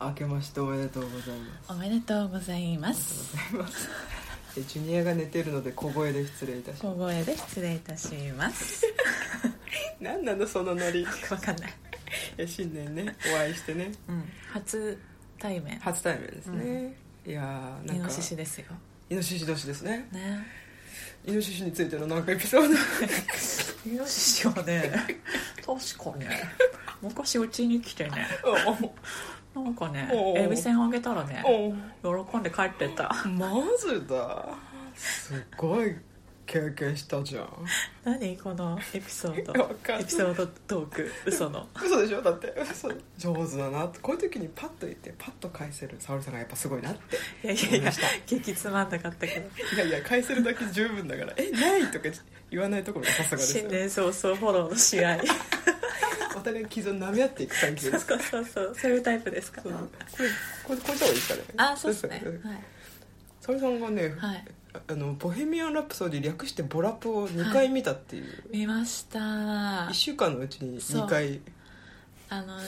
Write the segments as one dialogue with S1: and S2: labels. S1: 明けましておめでとうございます
S2: おめでとうございます
S1: ありがとうございますえジュニアが寝てるので小声で失礼いたしま
S2: 小声で失礼いたします
S1: す何なのその ノリい
S2: わかんない、
S1: や新年ねお会いしてね
S2: うん、初対面
S1: 初対面ですね、いやーなん
S2: イ
S1: か
S2: ノシシですよ
S1: イノシシ年ですね
S2: ね
S1: イノシシについてのなんかエピソード
S2: イノシシはね確かに昔うちに来てねなんかね
S1: おう
S2: エビせんあげたら ね
S1: おお
S2: 喜んで帰ってった
S1: マジだすごい経験したじゃん
S2: 何このエピソード
S1: わかんない
S2: エピソードトーク嘘 の
S1: 嘘でしょだって嘘上手だなってこういう時にパッと言ってパッと返せる沙織さんがやっぱすごいなって
S2: いやい
S1: 思
S2: や
S1: い
S2: いや
S1: ました
S2: 激つまんなかったけど
S1: いやいや返せるだけ十分だから「えない!」とか言わないところがさすがです
S2: 新
S1: よ
S2: 年早々フォローの試 合
S1: お互い傷を舐め合っていく関係ですか
S2: そうそうそうそういうタイプですから
S1: これこれこういった方がいいですかね
S2: あそうですね
S1: そう沙織さんがね、
S2: はい、はい、
S1: あの「ボヘミアン・ラプソディ」略して「ボラプ」を2回見たっていう、
S2: 見ました
S1: 一1週間のうちに2回
S2: あの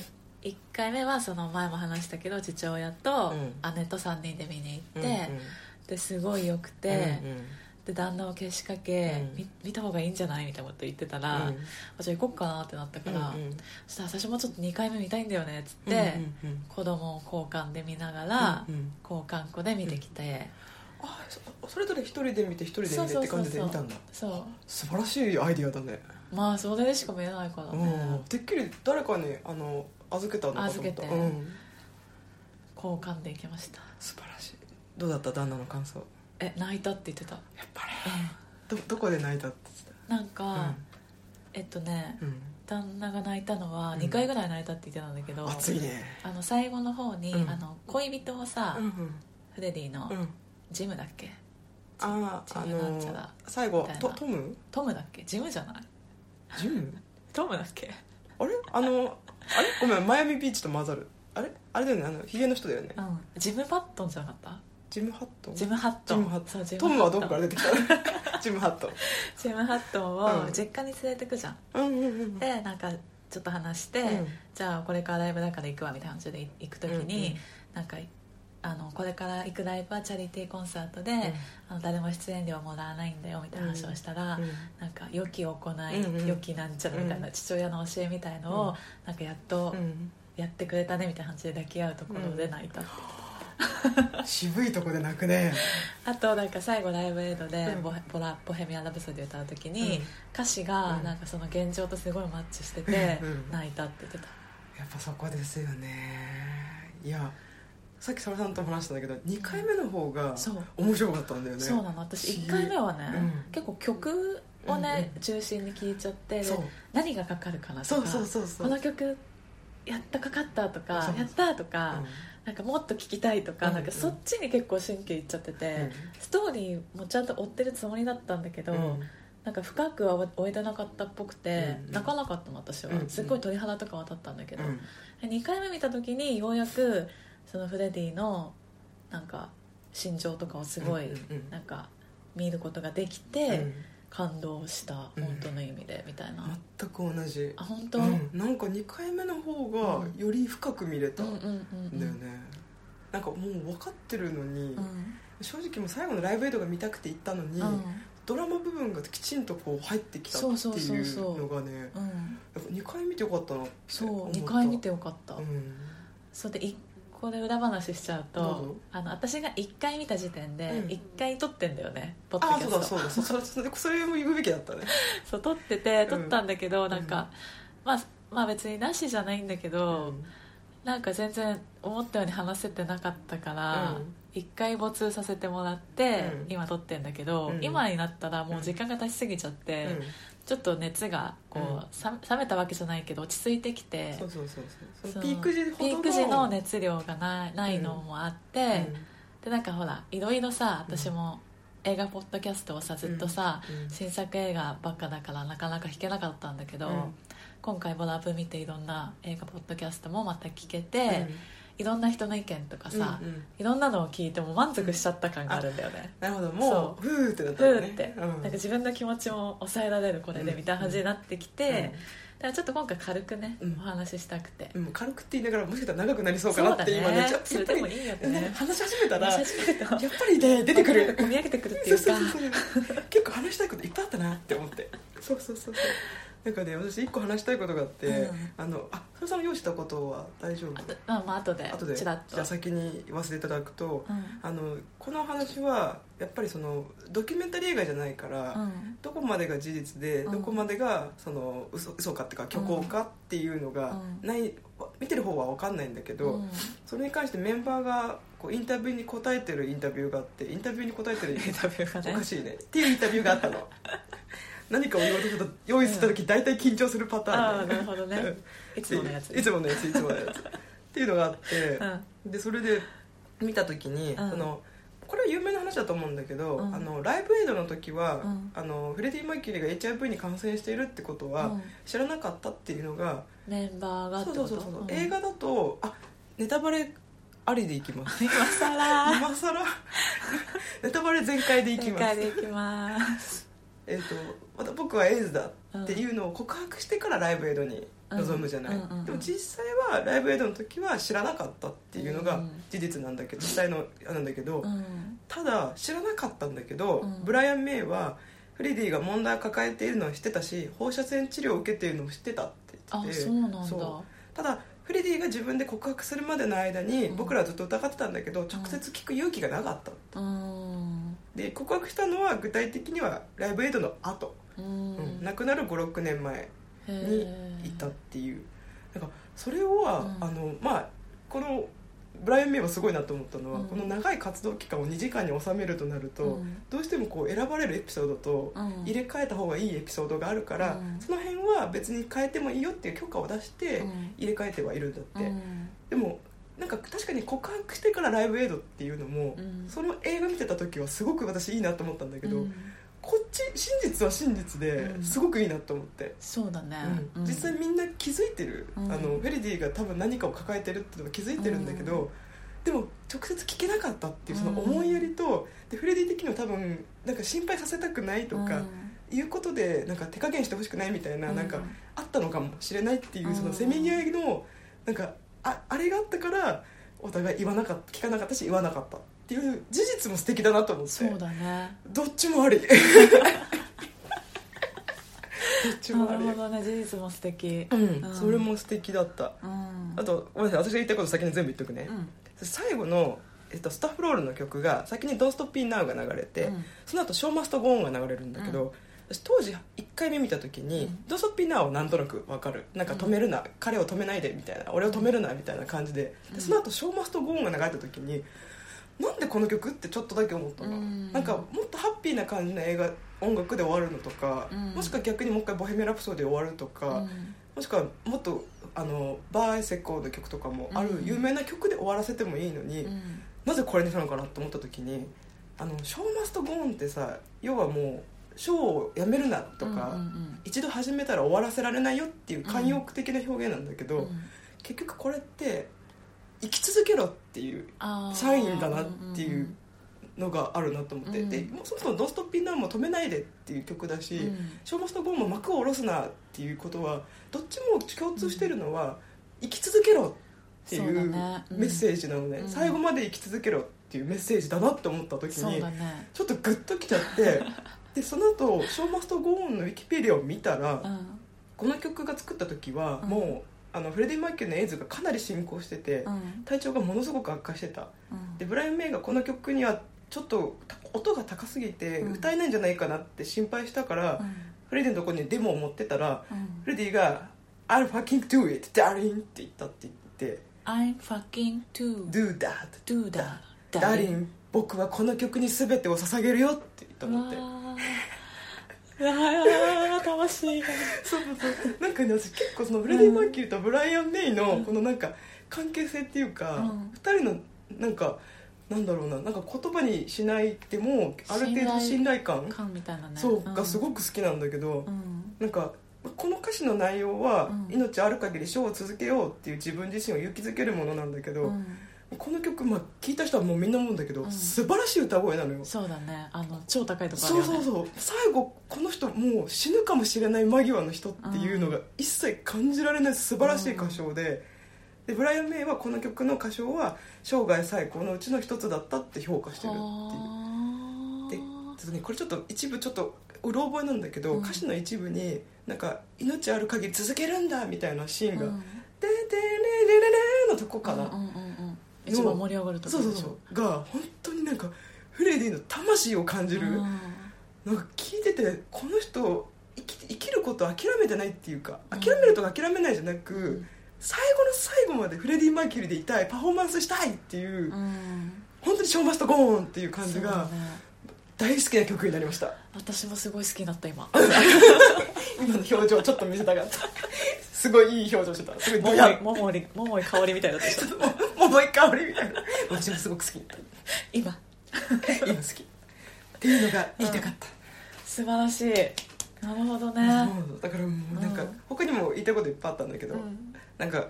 S2: 1回目はその前も話したけど父親と
S1: うん
S2: 姉と3人で見に
S1: う
S2: 行
S1: ん
S2: って、
S1: うん
S2: ですごい良くて、
S1: うんうん
S2: で旦那をけしかけ、
S1: うん
S2: み見た方がいいんじゃないみたいなこと言ってたら、
S1: うん
S2: あじゃあ行こっかなってなったから、
S1: うんうん
S2: そしたら私もちょっと2回目見たいんだよねっつって、
S1: うんうんうん
S2: 子供を交換で見ながら、
S1: うんうん
S2: 交換庫で見てきて、
S1: あそそれぞれ一人で見て一人で見てって感じで見たんだ
S2: そ
S1: 素晴らしいアイディアだね
S2: うまあそれでしか見えないから
S1: うん
S2: ね、
S1: てっきり誰かにあの預けたのかと思った
S2: 預けて
S1: うん、
S2: 交換で行きました
S1: 素晴らしいどうだった旦那の感想
S2: え泣いたって言ってた
S1: やっぱりどどこで泣いたって
S2: なん
S1: 言
S2: か、
S1: って
S2: えっとね
S1: た、うんうん
S2: 旦那が泣いたのは
S1: うん
S2: 2回ぐらい泣いたって言ってたんだけど、
S1: 熱いね
S2: あの最後の方に、
S1: うん
S2: あの恋人をさ、
S1: うん
S2: フレディの
S1: うんうん
S2: ジムだっけ
S1: あああ
S2: ジムなん
S1: の
S2: ちゃら
S1: 最後
S2: みたいな
S1: トトム
S2: トムだっけジムじゃない
S1: ジ ム
S2: トムだっけ
S1: あれあのあれごめんマイアミビーチと混ざるあれあれだよねあのヒゲの人だよね
S2: うんジム・パットンじゃなかった
S1: ジムハットン
S2: ジム・ハットン
S1: ジムハッ
S2: そうジム
S1: ト
S2: ハッ
S1: ム
S2: ト
S1: は
S2: ン
S1: どこから出てき たジムハットン
S2: ジム・ハットン
S1: う
S2: を
S1: ん
S2: 実家に連れてくじゃん、
S1: うんうんうんうん
S2: でなんかちょっと話して、じゃあこれからライブだから行くわみたいな感じで行く時に、
S1: うんうん
S2: なんかあのこれから行くライブはチャリティーコンサートで、あの誰も出演料もらわないんだよみたいな話をしたら、
S1: うん
S2: なんか良き行い、
S1: うんうん
S2: 良きなんちゃらみたいな、
S1: うん
S2: 父親の教えみたいのを、
S1: うん
S2: なんかやっと
S1: うん
S2: やってくれたねみたいな感じで抱き合うところで泣いたって、
S1: 渋いとこで泣くね
S2: あとなんか最後ライブエイドで
S1: うん
S2: ボヘ「ボラボヘミアン・ラブソディ」歌う時に、
S1: うん
S2: 歌詞が
S1: うん
S2: なんかその現状とすごいマッチしてて、
S1: うん
S2: 泣いたって言ってた
S1: やっぱそこですよねいやさっき沙織さんと話したんだけど2回目の方が
S2: そう
S1: 面白かったんだよね
S2: そうなの私1回目はね、
S1: うん
S2: 結構曲をね、
S1: うんうん
S2: 中心に聴いちゃって
S1: そう
S2: 何がかかるかなと
S1: そ
S2: か
S1: うそうそうそ
S2: こ
S1: う
S2: の曲やったかかったとか
S1: そう
S2: やったとか、
S1: う
S2: なんかもっと聞きたいとか,、
S1: うん
S2: なんかそっちに結構神経いっちゃってて、
S1: ん
S2: ストーリーもちゃんと追ってるつもりだったんだけど、
S1: うん
S2: なんか深くは追えてなかったっぽくて、
S1: うん
S2: 泣かなかったの私は、
S1: うん
S2: すっごい鳥肌とか渡ったんだけど、
S1: うん
S2: 2回目見た時にようやくそのフレディのなんか心情とかをすごい、
S1: うんうん
S2: なんか見ることができて、感動した
S1: うん
S2: 本当の意味でみたいな、
S1: 全く同じ
S2: あ本当、
S1: うんなんか2回目の方がより深く見れた
S2: うんうんんうんうん
S1: だよねなんかもう分かってるのに
S2: うん
S1: 正直もう最後のライブエイドが見たくて行ったのに
S2: うん
S1: ドラマ部分がきちんとこう入ってきたって
S2: そうそうそう
S1: い
S2: そう
S1: うのがね
S2: うん
S1: やっぱ2回見てよかったなって
S2: そ
S1: 思
S2: う
S1: った
S2: 2回見てよかった、
S1: うん
S2: それでいこれ裏話しちゃう
S1: どう
S2: と
S1: ぞ
S2: あの私が1回見た時点で
S1: うん
S2: 1回撮ってんだよね、ポッ
S1: あ
S2: ド
S1: あ
S2: キ
S1: そ
S2: ャ
S1: うだ
S2: スト
S1: そうだそそそそれも言うべきだった ね
S2: そう撮ってて
S1: う
S2: 撮
S1: ん
S2: ったんだけど、なんか、まあまあ別になしじゃないんだけど、なんか全然思ったように話せてなかったから、
S1: うん
S2: 一回没通させてもらって、
S1: うん
S2: 今撮ってんだけど、
S1: うん
S2: 今になったらもう時間が経ちすぎちゃって、
S1: うん
S2: ちょっと熱がこう、
S1: うん
S2: さ冷めたわけじゃないけど落ち着いてきて
S1: そうそうそうそうそ
S2: そ
S1: の
S2: う
S1: ピーク時ほ
S2: ピ
S1: ど
S2: ーク時の熱量がないないのもあって、でなんかほらいろいろさ
S1: うん
S2: 私も映画ポッドキャストをさずっとさ、
S1: うんうん
S2: 新作映画ばっかだからなかなか弾けなかったんだけど、
S1: うん
S2: 今回ボラブ見ていろんな映画ポッドキャストもまた聞けて、
S1: うん
S2: いろんな人の意見とかさ、
S1: うんうん
S2: いろんなのを聞いても満足しちゃった感があるんだよね、
S1: なるほどもうふーってなっ
S2: ふ
S1: たよ
S2: ーっ
S1: ね
S2: て、
S1: うん
S2: なんか自分の気持ちも抑えられるこれでみたいな感じになってきて、
S1: うん
S2: からちょっと今回軽くね、
S1: うん
S2: お話ししたくて
S1: うん軽くって言いながらもしかしたら長くなりそうかなって今ねちょっとや
S2: そ
S1: っ
S2: れ
S1: ぱ
S2: で
S1: り
S2: もいいよ
S1: ね
S2: ね
S1: 話し始めたらや
S2: 話
S1: っ
S2: しかけた
S1: ぱりね出てくる
S2: 込み上げてくるって
S1: そう
S2: いう
S1: そ
S2: か
S1: うそうそう結構話したいこといっぱいあったなって思ってそうそうそうそうなんかね私一個話したいことがあって、
S2: うん
S1: あのあそれさんの用意したことは大丈
S2: あ
S1: 夫
S2: とまあまあ後で
S1: 後で
S2: チ
S1: じ
S2: ラ
S1: ゃ
S2: ッと
S1: あ先に言わせていただくと
S2: うん
S1: あのこの話はやっぱりそのドキュメンタリー映画じゃないから、
S2: うん
S1: どこまでが事実で、
S2: うん
S1: どこまでがその嘘嘘かっていうか虚構かっていうのが
S2: うん
S1: ない、見てる方は分かんないんだけど、
S2: うん
S1: それに関してメンバーがこうインタビューに答えてるインタビューがあってインタビューに答えてるインタビュー
S2: 食 べるか
S1: お
S2: ね
S1: かしいねっていうインタビューがあったの何かを言おうとすると用意した時大体緊張するパタ
S2: あ
S1: ー
S2: あ
S1: ン
S2: な
S1: で
S2: るほどねいつものやつ
S1: いつものやついつものやつっていうのがあって
S2: う、ん
S1: でそれで見た時に、
S2: うん
S1: あのこれは有名な話だと思うんだけど、
S2: うん
S1: あのライブエイドの時は、
S2: うん
S1: あのフレディ・マーキュリーが HIV に感染しているってことは、
S2: うん
S1: 知らなかったっていうのが
S2: メンバーがって
S1: そう
S2: こ
S1: そ
S2: と
S1: うそうそう、
S2: ん
S1: 映画だとあネタバレありでいきます
S2: 今更
S1: 今更 ネタバレ全開でいき
S2: 正
S1: ます
S2: 解でいきます
S1: えー、とまた僕はエイズだっていうのを告白してからライブエイドに臨むじゃない、
S2: うんうんうんうん
S1: でも実際はライブエイドの時は知らなかったっていうのが事実なんだけど実際のなんだけど、
S2: うん
S1: ただ知らなかったんだけど、
S2: うん
S1: ブライアン・メイはフレディが問題を抱えているのは知ってたし放射線治療を受けているのも知ってたって言
S2: あ
S1: ってて
S2: そうなんだ
S1: そうただフレディが自分で告白するまでの間に
S2: うん
S1: 僕らはずっと疑ってたんだけど直接聞く勇気がなかった
S2: うん
S1: で告白したのは具体的にはライブエイドの後
S2: うん
S1: うん亡くなる56年前に
S2: へー
S1: いたっていうなんかそれは、
S2: うん
S1: あのまあこのブライアン・メイはすごいなと思ったのは、
S2: うん
S1: この長い活動期間を2時間に収めるとなると、
S2: うん
S1: どうしてもこう選ばれるエピソードと
S2: うん
S1: 入れ替えた方がいいエピソードがあるから、
S2: うん
S1: その辺は別に変えてもいいよっていう許可を出して
S2: うん
S1: 入れ替えてはいるんだって、
S2: うん
S1: でもなんか確かに告白してからライブエイドっていうのも、
S2: うん
S1: その映画見てた時はすごく私いいなと思ったんだけど、
S2: うん
S1: こっち真実は真実で
S2: うん
S1: すごくいいなと思って、
S2: そうだね
S1: うん実際みんな気づいてる、
S2: うん
S1: あのフェリディが多分何かを抱えてるっていうのは気づいてるんだけど、でも直接聞けなかったっていうその思いやりと、でフレディ的には多分なんか心配させたくないとか、いうことでなんか手加減してほしくないみたいな,、なんかあったのかもしれないっていうそのせめぎ合いのなんかああれがあったからお互い言わなかった聞かなかったし言わなかったっていう事実も素敵だなと思って
S2: そうだね
S1: どっちもあり どっちもあ
S2: な
S1: り
S2: るほどね事実も素敵
S1: うん、
S2: うん
S1: それも素敵だった
S2: うん
S1: あとごめんなさい私が言いたいこと先に全部言っとくね、
S2: うん
S1: 最後の、えっと、スタッフロールの曲が先に「Don't Stop Me Now」が流れて、
S2: うん
S1: その後「Show Must Go On」が流れるんだけど、私当時1回目見た時に
S2: う
S1: 「
S2: ん
S1: Don't Stop Me Now」をなんとなく分かるなんか止めるな、彼を止めないでみたいな俺を止めるなみたいな感じで
S2: う
S1: で
S2: ん
S1: その後 Show Must Go On」が流れた時になんでこの曲ってちょっとだけ思ったの、
S2: うん
S1: なんかもっとハッピーな感じの映画音楽で終わるのとか、
S2: うん
S1: もしくは逆にもう一回「ボヘミアン・ラプソディ」で終わるとか、
S2: うん
S1: もしくはもっとあのバーエセコーの曲とかもある
S2: うん
S1: 有名な曲で終わらせてもいいのに、
S2: うん
S1: なぜこれにしたのかなと思った時に「あのショーマストゴーン」ってさ要はもうショーをやめるなとか、
S2: うんうん
S1: 一度始めたら終わらせられないよっていう慣用句的な表現なんだけど、
S2: うんうん
S1: 結局これって生き続けろっていう
S2: あー
S1: サインだなっていうんのがあるなと思って、
S2: うん
S1: でもうそもそも「ドストッピンナーも止めないでっていう曲だし、
S2: うんうん
S1: ショーマストゴーンも幕を下ろすなっていうことはどっちも共通してるのは、生き続けろってい
S2: そう
S1: う
S2: だねうん
S1: メッセージなので、
S2: うん
S1: 最後まで生き続けろっていうメッセージだなって思った時
S2: そう
S1: に
S2: だね
S1: ちょっとグッときちゃって でその後ショーマストゴーンのウィキペディアを見たら、
S2: うん
S1: この曲が作った時は、
S2: うん
S1: もうあのフレディ・マーキュリーのエイズがかなり進行してて、
S2: うん
S1: 体調がものすごく悪化してた
S2: うん
S1: でブライアン・メイがこの曲にはちょっと音が高すぎて
S2: うん
S1: 歌えないんじゃないかなって心配したから、
S2: うん
S1: フレディのとこにデモを持ってたら
S2: うん
S1: フレディが「I'll fucking do it, darling」って言ったって言って
S2: I'm fucking to
S1: 「Do that,
S2: do that
S1: darling 僕はこの曲に全てを捧げるよ」って言った
S2: う
S1: の
S2: わ
S1: って
S2: ーうわー楽しいな
S1: そうそうそうなんかね私結構そのフレディ・マーキュリーとブライアン・メイのこのなんか関係性っていう
S2: う
S1: か、
S2: ん
S1: 二人のなんかなんだろうななんか言葉にしないでもある程度信
S2: 信
S1: 頼感
S2: 感みたいなね
S1: そうがす
S2: い、
S1: ごく好きなんだけど、
S2: うん
S1: なんかこの歌詞の内容は、
S2: うん
S1: 命ある限りショーを続けようっていう自分自身を勇気づけるものなんだけど、
S2: うん
S1: この曲、まあ、聞いた人はもうみんな思うんだけど、
S2: うん
S1: 素晴らしい歌声なのよ
S2: そうだねあの超高いとこある
S1: そう
S2: よね
S1: そうそう最後この人もう死ぬかもしれない間際の人っていうのが一切感じられない素晴らしい歌唱で,、でブライアン・メイはこの曲の歌唱は生涯最高のうちの一つだったって評価してるっていう
S2: は
S1: ていう
S2: ー
S1: ちょっとねこれちょっと一部ちょっとうろ覚えなんだけど、
S2: うん
S1: 歌詞の一部になんか「命ある限り続けるんだ」みたいなシーンが「
S2: うん
S1: ででれれれれ」のとこかな、
S2: うんうんうんうん一番盛り上がるとこ
S1: そうそ
S2: ろ
S1: う
S2: でしょ
S1: そうが本当になんかフレディの魂を感じる、
S2: うん
S1: なんか聞いててこの人生き生きることを諦めてないっていうか
S2: うん
S1: 諦めるとか諦めないじゃなく、
S2: ん
S1: 最後の最後までフレディ・マーキュリーでいたいパフォーマンスしたいっていう、
S2: うん
S1: 本当にショーマストゴーンっていう感じ
S2: そうだ
S1: が
S2: ね
S1: 大好きな曲になりました
S2: 私もすごい好きになった今
S1: 今の表情ちょっと見せたかったすごいいい表情してたすごいド
S2: もも
S1: ヤ
S2: いももりももい香りみたいだった でしょ
S1: 桃井かおりみたいな私はすごく好き
S2: 今
S1: 今好きっていうのが言いたかった、
S2: 素晴らしいなるほどね、
S1: そうだからもうなんか、
S2: うん
S1: 他にも言いたいこといっぱいあったんだけど、
S2: うん
S1: なんか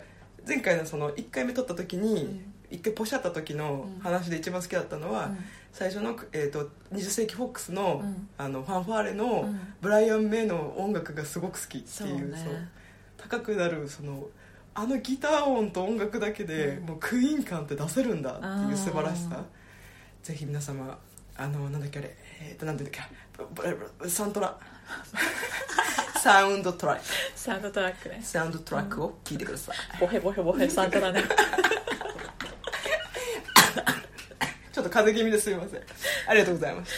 S1: 前回のその1回目撮った時に、
S2: うん
S1: 1回ポシャった時の話で一番好きだったのは、最初の、えー、と20世紀フォックスの,、
S2: うん
S1: あのファンファーレの、
S2: うん
S1: ブライアン・メイの音楽がすごく好きって
S2: そう
S1: いう
S2: ね
S1: そう高くなるそのあのギター音と音楽だけで、
S2: うん
S1: もうクイーン感って出せるんだって
S2: あ
S1: い
S2: ー
S1: う素晴らしさぜひ皆様あのなんだっけあれえっ、となんていうんだっけブラブラブラサント ラサウンドトラック
S2: サウンドトラックね
S1: サウンドトラックを聴いてください、
S2: ボヘボヘボヘサン トラね
S1: ちょっと風邪気味ですいませんありがとうございまし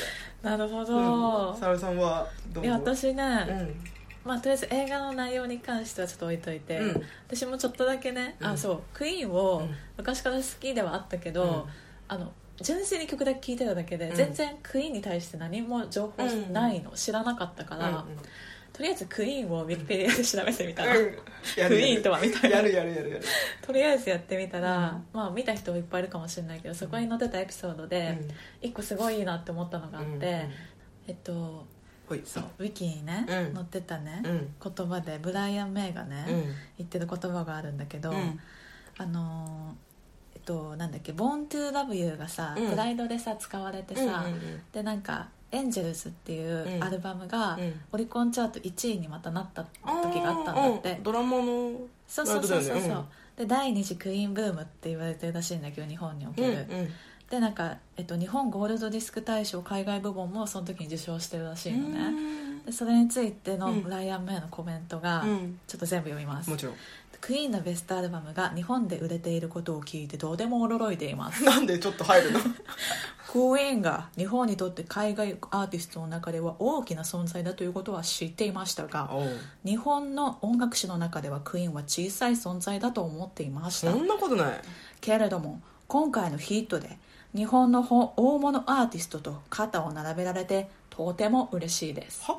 S2: なるほ
S1: た
S2: ど、
S1: サラさんはどう
S2: いや私ね、
S1: うん
S2: まあ、とりあえず映画の内容に関してはちょっと置いといて、
S1: うん
S2: 私もちょっとだけね、
S1: うん
S2: あそうクイーン
S1: う
S2: を
S1: ん
S2: 昔から好きではあったけど、
S1: うん
S2: あの純粋に曲だけ聴いてただけで、
S1: うん
S2: 全然クイーンに対して何も情報ないの、知らなかったから、
S1: うんうん
S2: とりあえずクイーンをウィキペディアで調べてみたら、
S1: うんやる
S2: クイーンとはみたいな
S1: やるやるやるやる
S2: とりあえずやってみた
S1: う
S2: ら、
S1: ん
S2: まあ、見た人いっぱいいるかもしれないけどそこに載ってたエピソードで、一個すごいいいなって思ったのがあって、えっと
S1: ほい
S2: そうウィキにね、
S1: うん
S2: 載ってたね、
S1: うん
S2: 言葉でブライアン・メイがね、
S1: うん
S2: 言ってる言葉があるんだけど、
S1: うん
S2: あのーえっとなんだっけ「Born to Love You」がさ、
S1: うん
S2: プライドでさ使われてさ、
S1: うんうん
S2: でなんか「エンジェルズ」っていううんアルバムが、
S1: うん
S2: オリコンチャート1位にまたなった
S1: うん
S2: 時があったんだって、
S1: うんドラマの
S2: そうそうそうそう
S1: ライブ
S2: そ
S1: だ
S2: う、
S1: よね
S2: で第二次クイーンブームって言われてるらしいんだけど日本における、でなんか、えっと、日本ゴールドディスク大賞海外部門もその時に受賞してるらしいのね、
S1: うん
S2: でそれについての
S1: うん
S2: ブライアン・メイのコメントが、
S1: うん
S2: ちょっと全部読みます
S1: もちろん
S2: クイーンのベストアルバムが日本で売れていることを聞いてどうでも驚いてい ます
S1: なんでちょっと入 るの
S2: クイーンが日本にとって海外アーティストの中では大きな存在だということは知っていましたが
S1: おう
S2: 日本の音楽史の中ではクイーンは小さい存在だと思っていました
S1: そんなことない
S2: けれども今回のヒットで日本のほ大物アーティストと肩を並べられてとても嬉し いです
S1: は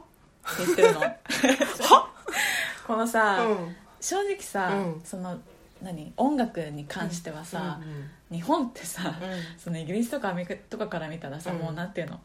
S2: って言ってるのこのさ、
S1: うん
S2: 正直さ、
S1: うん
S2: その何音楽に関してはさ、日本ってさ、
S1: うん
S2: そのイギリスとかアメリカとかから見たらさ、
S1: うん
S2: もうなんていうの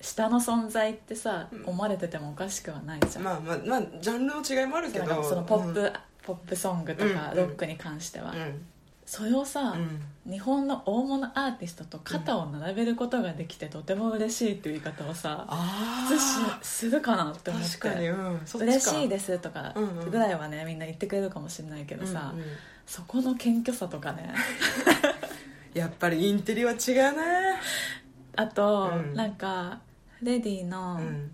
S2: 下の存在ってさ、
S1: ん
S2: 思われててもおかしくはないじゃん,、
S1: まあまあまあジャンルの違いもあるけ
S2: なんか
S1: ど
S2: そのポップ、
S1: うん
S2: ポップソングとか
S1: うん
S2: ロックに関しては、
S1: うん
S2: それをさ、
S1: うん
S2: 日本の大物アーティストと肩を並べることができてとても嬉しいっていう言い方をさ、
S1: あ
S2: 私
S1: あ
S2: するかなって思って
S1: 確かにうんそっちか
S2: 嬉しいですとか
S1: うんうん
S2: ぐらいはねみんな言ってくれるかもしれないけどさ、
S1: うんうん
S2: そこの謙虚さとか ね
S1: やっぱりインテリは違うね
S2: あと、
S1: うん
S2: なんかフレディ
S1: う
S2: の
S1: ん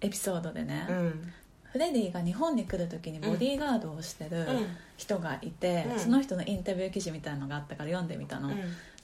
S2: エピソードでね、
S1: うん
S2: フレディが日本に来る時にボディーガードをしてる
S1: うん
S2: 人がいて、
S1: うん
S2: その人のインタビュー記事みたいのがあったから読んでみたの、
S1: うん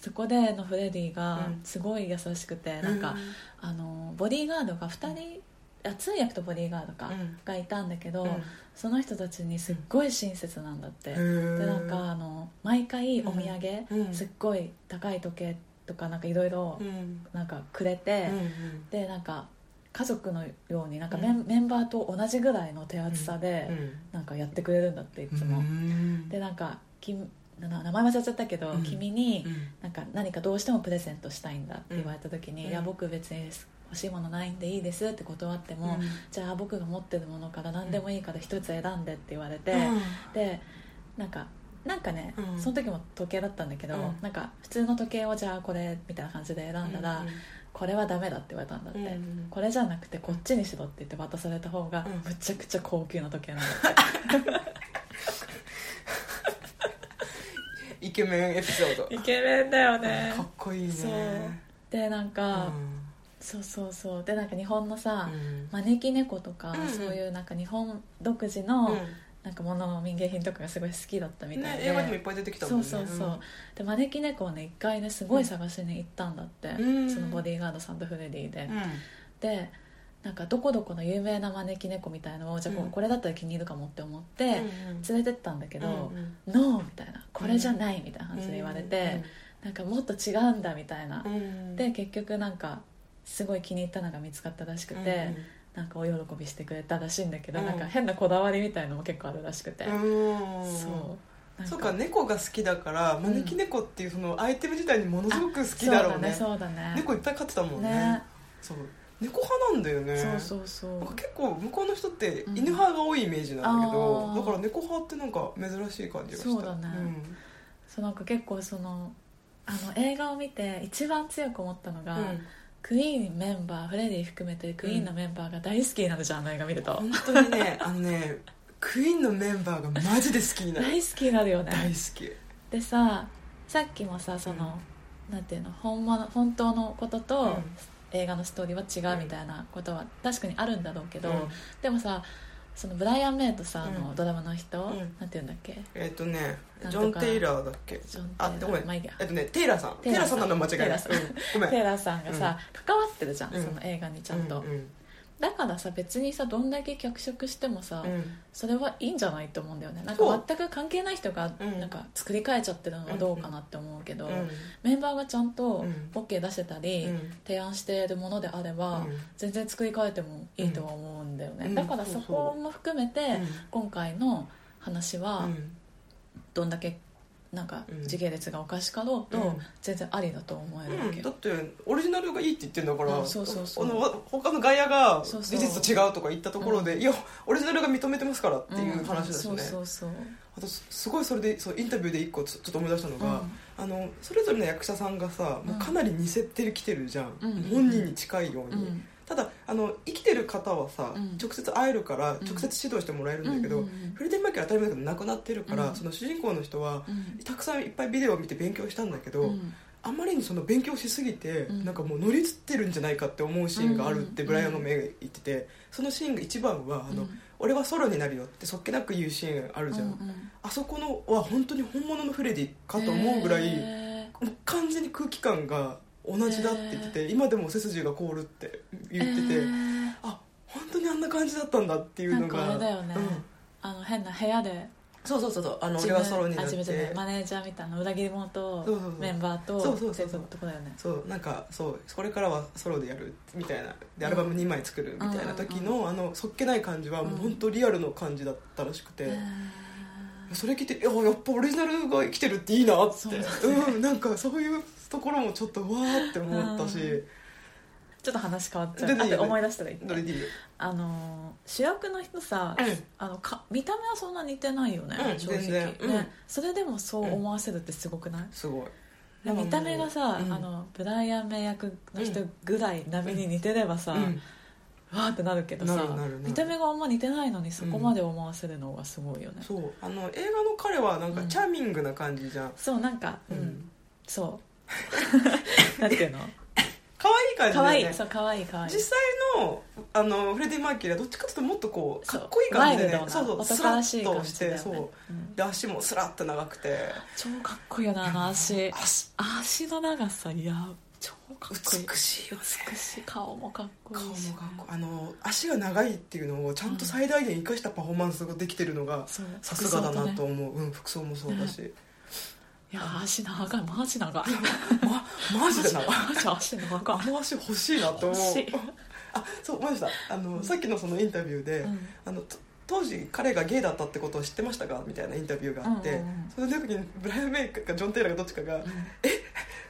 S2: そこでのフレディが
S1: うん
S2: すごい優しくて、なんかあのボディーガードが2人あ通訳とボディーガードか、
S1: うん
S2: がいたんだけど、
S1: うん
S2: その人たちにすっごい親切なんだって、
S1: へー
S2: でなんかあの毎回お土産、
S1: うん
S2: すっごい高い時計とかなんかいろいろ
S1: うん
S2: なんかくれて、
S1: うんうん
S2: でなんか家族のようになんかメン,、
S1: う
S2: メンバーと同じぐらいの手厚さで、
S1: うん
S2: なんかやってくれるんだっていつも、
S1: うん
S2: でなんかきな名前忘れちゃったけど、
S1: うん
S2: 君に
S1: うん
S2: なんか何かどうしてもプレゼントしたいんだって言われた時に
S1: う
S2: 「
S1: ん
S2: いや僕別に欲しいものないんでいいです」って断っても、
S1: うん
S2: じゃあ僕が持ってるものから何でもいいから一つ選んでって言われて、
S1: うん
S2: でなんかなんかね、
S1: うん
S2: その時も時計だったんだけど、
S1: うん
S2: なんか普通の時計をじゃあこれみたいな感じで選んだら、これはダメだって言われたんだって、
S1: うんうん
S2: これじゃなくてこっちにしろって言って渡された方が
S1: うん
S2: むちゃくちゃ高級な時 計なんだ
S1: イケメンエピソード
S2: イケメンだよね
S1: かっこいいね
S2: そうでなんか、そうそうそうでなんか日本のさ、
S1: うん
S2: 招き猫とか、
S1: うんうん
S2: そういうなんか日本独自
S1: う
S2: の
S1: ん
S2: なんかもの民芸品とかがすごい好きだったみた
S1: ね
S2: いで、
S1: 映画にもいっぱい出てきたも
S2: そ
S1: ん
S2: う
S1: ね
S2: そうそう、で招き猫をね一回ねすごい探しに行ったんだって、
S1: うん
S2: そのボディーガードさんとフレディで、
S1: うん
S2: でなんかどこどこの有名な招き猫みたいのをじゃあこう
S1: うん
S2: これだったら気に入るかもって思って
S1: うんうん
S2: 連れてったんだけど
S1: うんうん
S2: 「ノー」みたいな「これじゃない」みたいな感じで言われてなんかもっと違うんだみたいな
S1: うんうん
S2: で結局なんかすごい気に入ったのが見つかったらしく
S1: うん
S2: てなんかお喜びしてくれたらしいんだけど
S1: うん
S2: なんか変なこだわりみたいのも結構あるらしくて
S1: うん
S2: そうなん
S1: そうか猫が好きだから招き猫っていうそのアイテム自体にものすごく好きだろうね
S2: そうだねそう
S1: 猫いっぱい飼ってたもん
S2: だね
S1: ね
S2: ね
S1: そう猫派なんだよね
S2: そうそうそう
S1: なんか結構向こうの人って
S2: うん
S1: 犬派が多いイメージなんだけど、
S2: あー
S1: だから猫派ってなんか珍しい感じがした
S2: そうだねそうなんか結構そのあの映画を見て一番強く思ったの
S1: うん
S2: が、
S1: うん
S2: クイーンメンバーフレディ含めてクイーンのメンバーが大好きになるじゃん、あの映画見ると
S1: 本当にね あのねクイーンのメンバーがマジで好きになる
S2: 大好きになるよ
S1: 大
S2: ね
S1: 好き
S2: でささっきもさその、なんていうの本物本当のことと、
S1: うん
S2: 映画のストーリーは違うみたいなことは確かにあるんだろうけど、
S1: うん
S2: でもさそのブライアン・メイとさ、あ
S1: う
S2: の
S1: ん
S2: ドラマの人、
S1: うん
S2: なんていうんだっけ
S1: えっ、とね
S2: なん
S1: ジ
S2: とか
S1: ョン・テイラーだっけ
S2: ジョン・テイ
S1: あ
S2: ラ
S1: ごめん
S2: ーまあいいや
S1: えっとねテイラーさんテ
S2: テ
S1: イ
S2: イ
S1: ラ
S2: ラ
S1: ー
S2: ー
S1: さ
S2: さ
S1: ん
S2: ん
S1: なの間違いない、
S2: テイ
S1: うん
S2: ラーさん、
S1: ごめん
S2: テイラーさんがさ、関わってるじゃん、
S1: うん
S2: その映画にちゃんと、
S1: うんうん
S2: だからさ別にさどんだけ脚色してもさ、
S1: うん
S2: それはいいんじゃないと思うんだよねなん
S1: そう
S2: か全く関係ない人が
S1: うん
S2: なんか作り変えちゃってるのはどうかなって思うけど、
S1: うん
S2: メンバーがちゃんと
S1: うん
S2: OK 出してたり、
S1: うん
S2: 提案しているものであれば、
S1: うん
S2: 全然作り変えてもいいとは思うんだよね、
S1: うん
S2: だからそこも含めて、
S1: うん
S2: 今回の話は
S1: うん
S2: どんだけなんか
S1: うん
S2: 時系列がおかしかろうと、
S1: うん
S2: 全然ありだと思えるわ
S1: う
S2: け
S1: ん、だ
S2: よ、
S1: ってオリジナルがいいって言ってんだから、
S2: うんそうそうそう
S1: あのわ他の外野が
S2: そうそう
S1: 技術と違うとか言ったところでいやオリジナルが認めてますからっていう話だしね、
S2: うんそうそうそう
S1: あとすすごいそれでそうインタビューで一個ちょちょっと思い出したのが、
S2: うん
S1: あのそれぞれの役者さんがさ、もうかなり似せてきてるじゃん、
S2: うん
S1: 本人に近いよう
S2: う
S1: に、
S2: ん
S1: ただあの生きてる方はさ、
S2: うん
S1: 直接会えるから
S2: ん
S1: 直接指導してもらえるんだけど、
S2: うんうんうん
S1: フレディ・マーキュリーは当たり前だけど亡くなってるから、
S2: うん
S1: その主人公の人は、
S2: うん
S1: たくさんいっぱいビデオを見て勉強したんだけど、
S2: うん
S1: あまりにその勉強しすぎて、
S2: うん
S1: なんかもう乗り移ってるんじゃないかって思うシーンがあるって
S2: うん
S1: ブライアンの目が言っててそのシーンが一番はあの、
S2: うん
S1: 俺はソロになるよ」ってそっけなく言うシーンあるじゃん、
S2: うんうん
S1: あそこのは本当に本物のフレディかと思うぐらい、
S2: へ
S1: もう完全に空気感が同じだって言ってて、今でも背筋が凍るって言ってて、
S2: ー
S1: あ本当にあんな感じだったんだっていう
S2: な
S1: の
S2: ん
S1: が
S2: かあれだよね、
S1: うん
S2: あの変な部屋で
S1: そうそうそうそうあの俺はソロになっ
S2: あ自
S1: て
S2: 分じゃないマネージャーみたいな裏切り者と
S1: そうそうそう
S2: メンバーと
S1: そうそうそうそう
S2: ってとこだよね
S1: そうなんかそうこれからはソロでやるみたいなでアルバム2枚作るみたいな時の、あのそっけない感じはもう本当リアルの感じだったらしくて、
S2: へー
S1: それ聞いていややっぱオリジナルが生きてるっていいなって
S2: そううだね
S1: ん、なんかそういうところもちょっとわーって思ったし、
S2: うちょっと話変わっちゃ
S1: 全
S2: う
S1: 然
S2: あ
S1: いいよ
S2: と思い出したら言っ
S1: どれ
S2: て
S1: でいいよ
S2: あのー主役の人さ、
S1: うん
S2: あのか見た目はそんな似てないよね、
S1: うん
S2: 正直
S1: 全然
S2: ね、
S1: うん
S2: それでもそう思わせるってすごくない、
S1: すごい
S2: で見た目がさ、
S1: うん
S2: あのブライアン名役の人
S1: うん
S2: ぐらい並みに似てればさ、
S1: うん
S2: わーってなるけどさ
S1: なるなるなる
S2: 見た目があんま似てないのにそこまで思わせるのがすごいよね、
S1: そうあの映画の彼はなんか
S2: うん
S1: チャーミングな感じじゃん、
S2: そうなんかう、
S1: うんん
S2: そ うなんていうの
S1: 可愛い感じ
S2: 可
S1: だ
S2: 愛
S1: よ
S2: い
S1: ね
S2: そう可愛い可愛い
S1: 実際のあのフレディ・マーキュリーはどっちかというともっとこう
S2: そ
S1: か
S2: う
S1: っこいい感じで、
S2: ワイ
S1: ね
S2: ルド、な
S1: そうそうス
S2: 男
S1: ラ
S2: らしい
S1: ッ
S2: 感
S1: とし
S2: じ
S1: て、
S2: だよね
S1: そう
S2: うん
S1: で足もスラッと長くて
S2: 超かっこいいよなあの足
S1: 足
S2: 足の長さいや超かっこいい
S1: 美しいよね
S2: 美しい顔もかっこいい
S1: 顔も
S2: しね
S1: かっこいいあの足が長いっていうのをちゃんと最大限生かしたパフォーマンスができてるのが
S2: そう
S1: さすがだな
S2: 服装
S1: と
S2: ね
S1: 思う、うん、服装もそうだし、
S2: いや足長いマジ長い
S1: まマジでな
S2: マジ足長い
S1: あの足欲しいなと思う
S2: 欲しい
S1: あそう思いましたあの、さっきのそのインタビューで、
S2: うん
S1: あのと当時彼がゲイだったってことを知ってましたかみたいなインタビューがあって、
S2: うんうんうん
S1: その時にブライアン・メイクかジョン・テイラーがどっちかが「え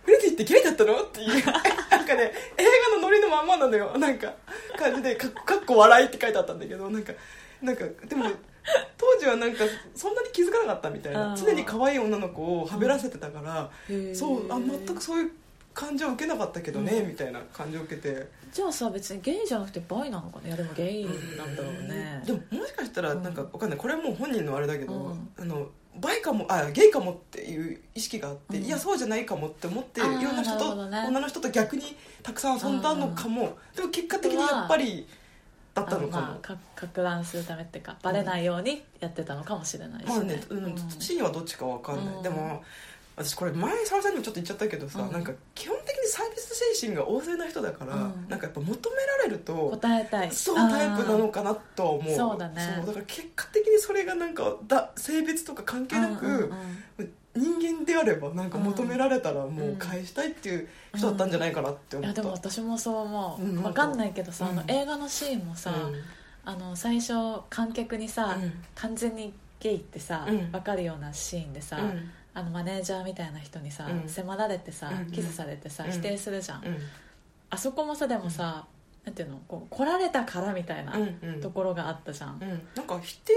S1: フレディってゲイだったの?」 っていうなんかね映画のノリのまんまなのよなんか感じでか「かっこ笑い」って書いてあったんだけどなんかなんかでも当時はなんかそんなに気づかなかったみたい
S2: あ
S1: な
S2: ー
S1: 常に可愛い女の子をはべらせてたから、そうあ全く
S2: じ
S1: そういう感情は受けなかったけどね、
S2: うん
S1: みたいな感情を受けて、
S2: ゃあさ別にゲイじゃなくてバイなのかねいやでもゲイなんだろうね
S1: でももしかしたらなんかわかんないこれはもう本人のあれだけど、
S2: うん
S1: あのバイかもあゲイかもっていう意識があって、
S2: うん
S1: いやそうじゃないかもって思っていろんな人
S2: あーなるほ
S1: と
S2: どね
S1: 女の人と逆にたくさん遊んだのかもでも結果的にやっぱりだったのかも
S2: あまあか拡乱するためっていうかバレないようにやってたのかもしれないし
S1: まあね、う、
S2: うん
S1: シーンはどっちかわかんない、
S2: うん
S1: でも私これ前沢さんにもちょっと言っちゃったけどさ、
S2: うん
S1: なんか基本的にサービス精神が旺盛な人だから、
S2: うん
S1: なんかやっぱ求められると
S2: 答えたい
S1: そうタイプなのかなとは思う
S2: そうだね
S1: そうだから結果的にそれがなんかだ性別とか関係なく、
S2: うんうんうん
S1: 人間であればなんか求められたらもう返したいっていう人だったんじゃないかなって
S2: い
S1: 思
S2: や
S1: った、
S2: でも私もそう思
S1: うん
S2: うわかんないけどさ、
S1: うん
S2: あの映画のシーンもさ、あの最初観客にさ、
S1: うん
S2: 完全にゲイってさ、
S1: うん
S2: 分かるようなシーンでさ、
S1: うん
S2: あのマネージャーみたいな人にさ、
S1: うん
S2: 迫られてさ、
S1: うん
S2: キスされてさ、
S1: うん
S2: 否定するじゃん、
S1: うん
S2: あそこもさでもさ、なんていうのこう来られたからみたいな
S1: うんうん
S2: ところがあったじゃん、
S1: うん、なんか否定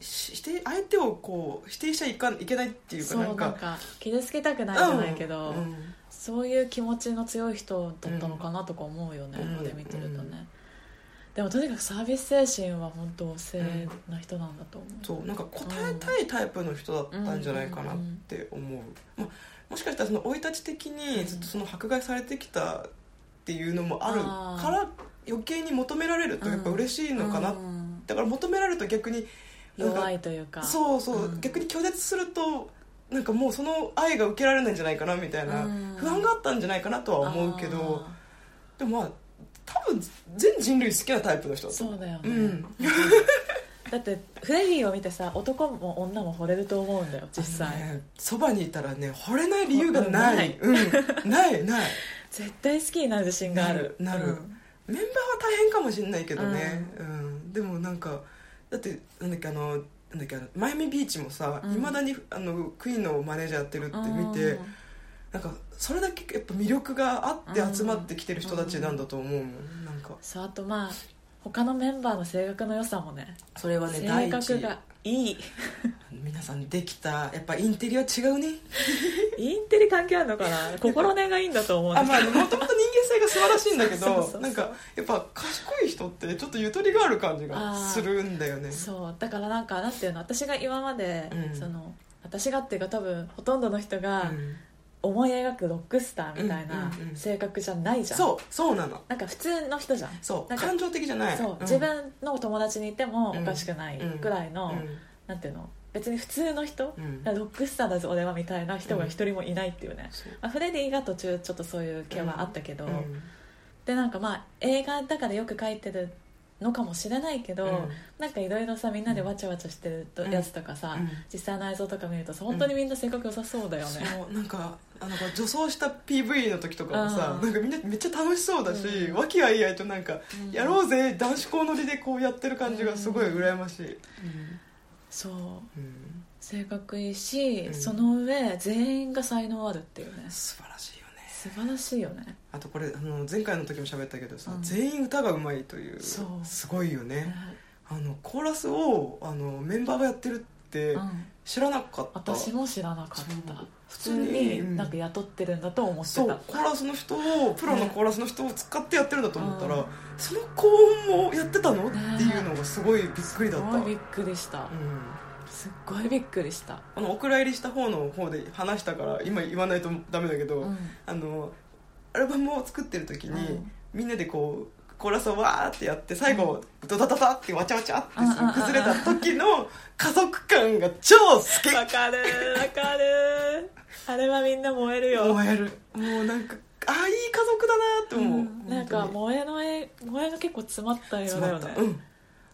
S1: し否定相手をこう否定しちゃいかんいけないっていうか
S2: そう
S1: な
S2: なんんか
S1: か
S2: 傷つけたくないじゃないけど、
S1: うん
S2: そういう気持ちの強い人だったのかなとか思うよね、
S1: うん
S2: ここで見てるとね、
S1: う
S2: でもとにかくサービス精神は本当旺盛な人なんだと思う、
S1: そうなんか答えたいタイプの人だったんじゃないかなって思う、まあ、もしかしたらその生い立ち的にずっとその迫害されてきたっていうのもあるから余計に求められるとやっぱ嬉しいのかな、
S2: うん
S1: だから求められると逆になんか
S2: 弱いというか
S1: そうそう、
S2: うん
S1: 逆に拒絶するとなんかもうその愛が受けられないんじゃないかなみたいな、
S2: うん
S1: 不安があったんじゃないかなとは思うけど
S2: あ
S1: でもまあ多分全人類好きなタイプの人
S2: ー
S1: だと思
S2: そうだよね、
S1: う、ん、
S2: だってフレディを見てさ男も女も惚れると思うんだよ実際、
S1: あのねそばにいたらね惚れない理由がない、うん、ないない
S2: 絶対好きになる自信がある
S1: なるなる
S2: う
S1: メ
S2: ん
S1: ンバーは大変かもしれないけどね、うんでもなんかだってなんだっけあのなんだっけあのマイアミビーチもさ
S2: うん
S1: いま、未だにあのクイーンのマネージャーやってるって見て、
S2: うん
S1: なんかそれだけやっぱ魅力があって集まってきてる人たちなんだと思うもん、なんか
S2: そうあとまあ他のメンバーの性格の良さもね
S1: それはね第
S2: 性格
S1: 一
S2: がいい
S1: 皆さんできたやっぱインテリは違うね
S2: インテリ関係あるのかな心根がいいんだと思うんだ
S1: あ
S2: けど
S1: まあもともと人間性が素晴らしいんだけ
S2: そうそうそうそ
S1: ど
S2: う
S1: なんかやっぱ賢い人ってちょっとゆとりがある感じがするんだよね
S2: そうだからなんかなんていうの私が今まで、
S1: うん
S2: その私がっていうか多分ほとんどの人
S1: う
S2: が
S1: ん
S2: 思い描くロックスターみたいな
S1: うんうんうん
S2: 性格じゃないじゃん、
S1: そうそうなの
S2: なんか普通の人じゃん
S1: そう
S2: なんか
S1: 感情的じゃない
S2: そう、
S1: ん
S2: 自分の友達にいてもおかしくない
S1: うん
S2: ぐらいの、
S1: うん
S2: なんていうの別に普通の人、
S1: うん
S2: ロックスターだぞ俺はみたいな人が一人もいないっていうね、
S1: そう
S2: まあ、フレディが途中ちょっとそういう系はあったけど、
S1: うん
S2: でなんかまあ映画だからよく描いてるのかもしれないけど、
S1: うん
S2: なんかいろいろさみんなでわちゃわちゃしてると
S1: うん
S2: やつとかさ、
S1: うん
S2: 実際の映像とか見るとさ本当にみんな性格良さそうだよね、
S1: そうなんかあのこう女装した PV の時とかもさ
S2: う
S1: な
S2: ん
S1: んかみんなめっちゃ楽しそうだし、
S2: うん
S1: 和気あいあいとなんか、
S2: うん
S1: やろうぜ男子校乗りでこうやってる感じがすごい羨ましい、
S2: そう
S1: うん
S2: 性格いいし、
S1: うん
S2: その上全員が才能あるっていうね
S1: 素晴らしいよね
S2: 素晴らしいよね
S1: あとこれあの前回の時も喋ったけどさ、
S2: うん
S1: 全員歌がうまいという
S2: そう
S1: すごいよ
S2: ね
S1: ねあのコーラスをあのメンバーがやってるって
S2: うん
S1: 知らなかった、
S2: 私も知らなか
S1: そ
S2: った
S1: う
S2: 普通
S1: う
S2: に
S1: ん
S2: なんか雇ってるんだと思ってた、
S1: そうコーラスの人をプロのコーラスの人を使ってやってるんだと思ったら、
S2: うん
S1: その高音もやってたのって
S2: ね
S1: いうのがすごいびっくりだ
S2: す
S1: った、
S2: ごいびっくりした、
S1: うん、
S2: すっごいびっくりした、
S1: あのお蔵入りした方の方で話したから今言わないとダメだけど、
S2: うん
S1: あのアルバムを作ってる時に、
S2: うん
S1: みんなでこうコーラスをわーってやって最後、ドタタタってわちゃわちゃって
S2: うんうんうんうん
S1: 崩れた時の家族感が超好き
S2: わかるわかるあれはみんな燃えるよ
S1: 燃えるもうなんかああいい家族だなって思う、
S2: うんなんか
S1: も
S2: 萌えの絵萌えが結構詰まった映画
S1: 詰
S2: だ
S1: ま
S2: よ
S1: った、
S2: ね
S1: うん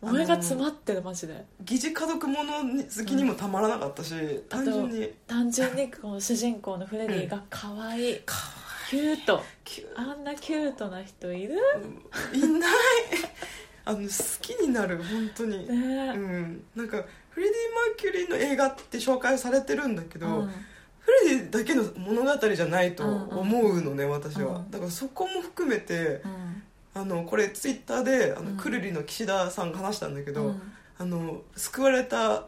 S2: 萌えが詰まってるマジで
S1: 疑似家族ものに好きにもたまらなかったし、
S2: あ
S1: 単
S2: と
S1: 純に
S2: 単純にこの主人公のフレディが可愛い
S1: か
S2: キュート
S1: キュ
S2: あんなキュートな人いる
S1: ーい ないあの好きになる本当に、
S2: ね
S1: うん、なんかフレディ・マーキュリーの映画って紹介されてるんだけど、
S2: うん
S1: フレディだけの物語じゃないと思うのね、私は、
S2: うん
S1: だからそこも含めて
S2: うん
S1: あのこれツイッターであの、
S2: うん
S1: くるりの岸田さんが話したんだけど、
S2: うん
S1: あの救われた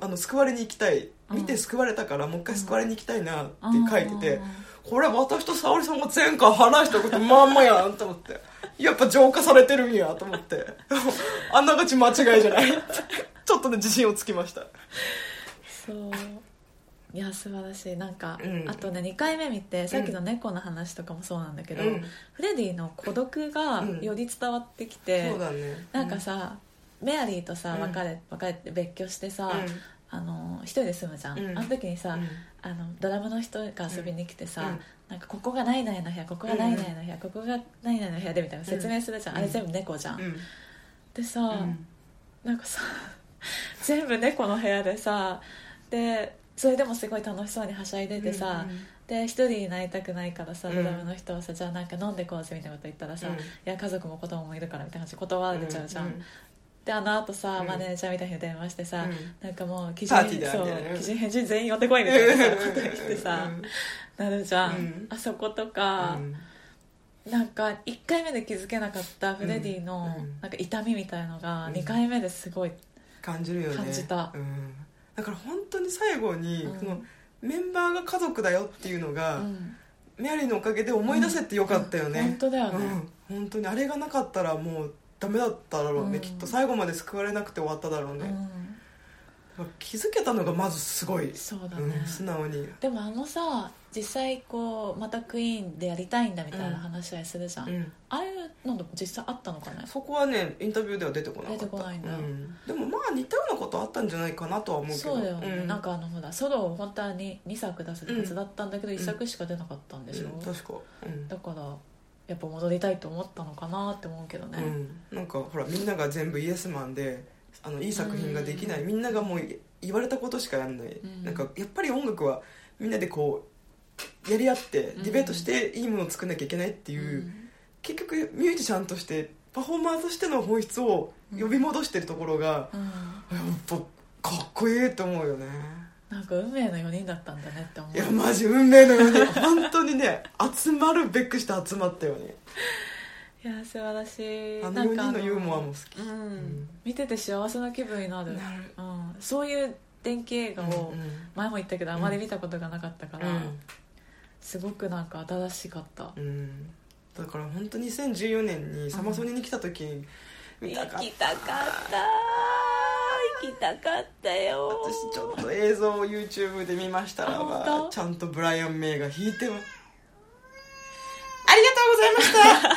S1: あの救われに行きたい
S2: うん
S1: 見て救われたからもう一回救われに行きたいなって書いてて、
S2: うん
S1: これ私と沙織さんが前回話したことまんまやんと思 ってやっぱ浄化されてるんやと思って あんながち間違いじゃない ちょっとね自信をつきました
S2: そういや素晴らしいなんか、
S1: うん
S2: あとね2回目見てさっきの猫の話とかもそうなんだけど、
S1: うん
S2: フレディの孤独が
S1: うん
S2: より伝わってきて、
S1: そうだね
S2: なんかさ、メアリーとさ
S1: うん
S2: 別れ別れて別居してさ、
S1: う
S2: あの一人で住むじゃん、
S1: うん
S2: あの時にさ、
S1: ん
S2: あのドラムの人が遊びに来てさ、
S1: うん
S2: なんかここがないないの部屋ここがないないの部屋、ここがないないの部屋でみたいな説明するじゃん、
S1: うん
S2: あれ全部猫じゃん、
S1: うん
S2: でさ、
S1: うん
S2: なんかさ 全部猫の部屋でさでそれでもすごい楽しそうにはしゃいでてさ、
S1: うん
S2: で一人になりたくないからさ
S1: うん
S2: ドラムの人はさ、じゃあなんか飲んでこうぜみたいなこと言ったらさ、
S1: うん
S2: いや家族も子供もいるからみたいな話断られちゃうじゃ
S1: う
S2: ん、であのあとさ、
S1: うん
S2: マネージャーみたいに電話してさ、
S1: うん
S2: なんかもう基
S1: パーティーだ
S2: そう
S1: みたいなね
S2: 基準返事全員呼んでこいみたいなさ
S1: うん
S2: こと言ってさ、
S1: うん
S2: なるじゃん、
S1: うん
S2: あそことか、なんか1回目で気づけなかったフレディの
S1: うん
S2: なんか痛みみたいのが
S1: うん
S2: 2回目ですごい、
S1: 感じるよね
S2: 感じた
S1: うん、だから本当に最後に、
S2: うん
S1: そのメンバーが家族だよっていうの
S2: う
S1: が、
S2: ん
S1: メアリーのおかげで思い出せってよかったよね、
S2: うん本当だよね
S1: うん、本当にあれがなかったらもうダメだっただろうね、
S2: うん
S1: きっと最後まで救われなくて終わっただろう
S2: う
S1: ね、
S2: ん、
S1: 気づけたのがまずすごい、
S2: そうだね、
S1: うん、素直に
S2: でもあのさ実際こうまたクイーンでやりたいんだみたいな話し合いするじゃん、
S1: うん
S2: ああいうの実際あったのかね
S1: そこはねインタビューでは出てこなかった
S2: 出てこないんだ
S1: うんでもまあ似たようなことあったんじゃないかなとは思うけど
S2: そうだよね、
S1: う
S2: なんかあのほらソロを本当はに2作出すはずだったんだけど1作しか出なかったんでし
S1: う
S2: ょ、
S1: ん確か、うん
S2: だからやっぱ戻りたいと思ったのかなって思うけどね、
S1: うん、なんかほらみんなが全部イエスマンであのいい作品ができない、みんながもうい言われたことしかやんない、
S2: うん
S1: なんかやっぱり音楽はみんなでこうやり合って
S2: うん
S1: ディベートしていいものを作んなきゃいけないっていう、結局ミュージシャンとしてパフォーマーとしての本質を呼び戻してるところが、
S2: うん
S1: やっぱかっこいいと思うよね
S2: なんか運命の4人だったんだねって思う
S1: いやマジ運命の ように本当にね集まるべくして集まったよね
S2: いや素晴らしい
S1: あの
S2: なん
S1: 4
S2: か
S1: 人のユーモアも好き
S2: うん、
S1: ん
S2: 見てて幸せな気分になる
S1: なる
S2: うん、そういう電気映画を
S1: うんうん
S2: 前も言ったけどあまり見たことがなかったから、
S1: うん
S2: すごくなんか新しかった、
S1: うんだから本当2014年にサマソニに来た時に見たかった、
S2: たかった行きたかったよ
S1: 私ちょっと映像を YouTube で見ましたら
S2: あ本
S1: ば
S2: 当
S1: ちゃんとブライアン・メイが弾いてますありがとうございました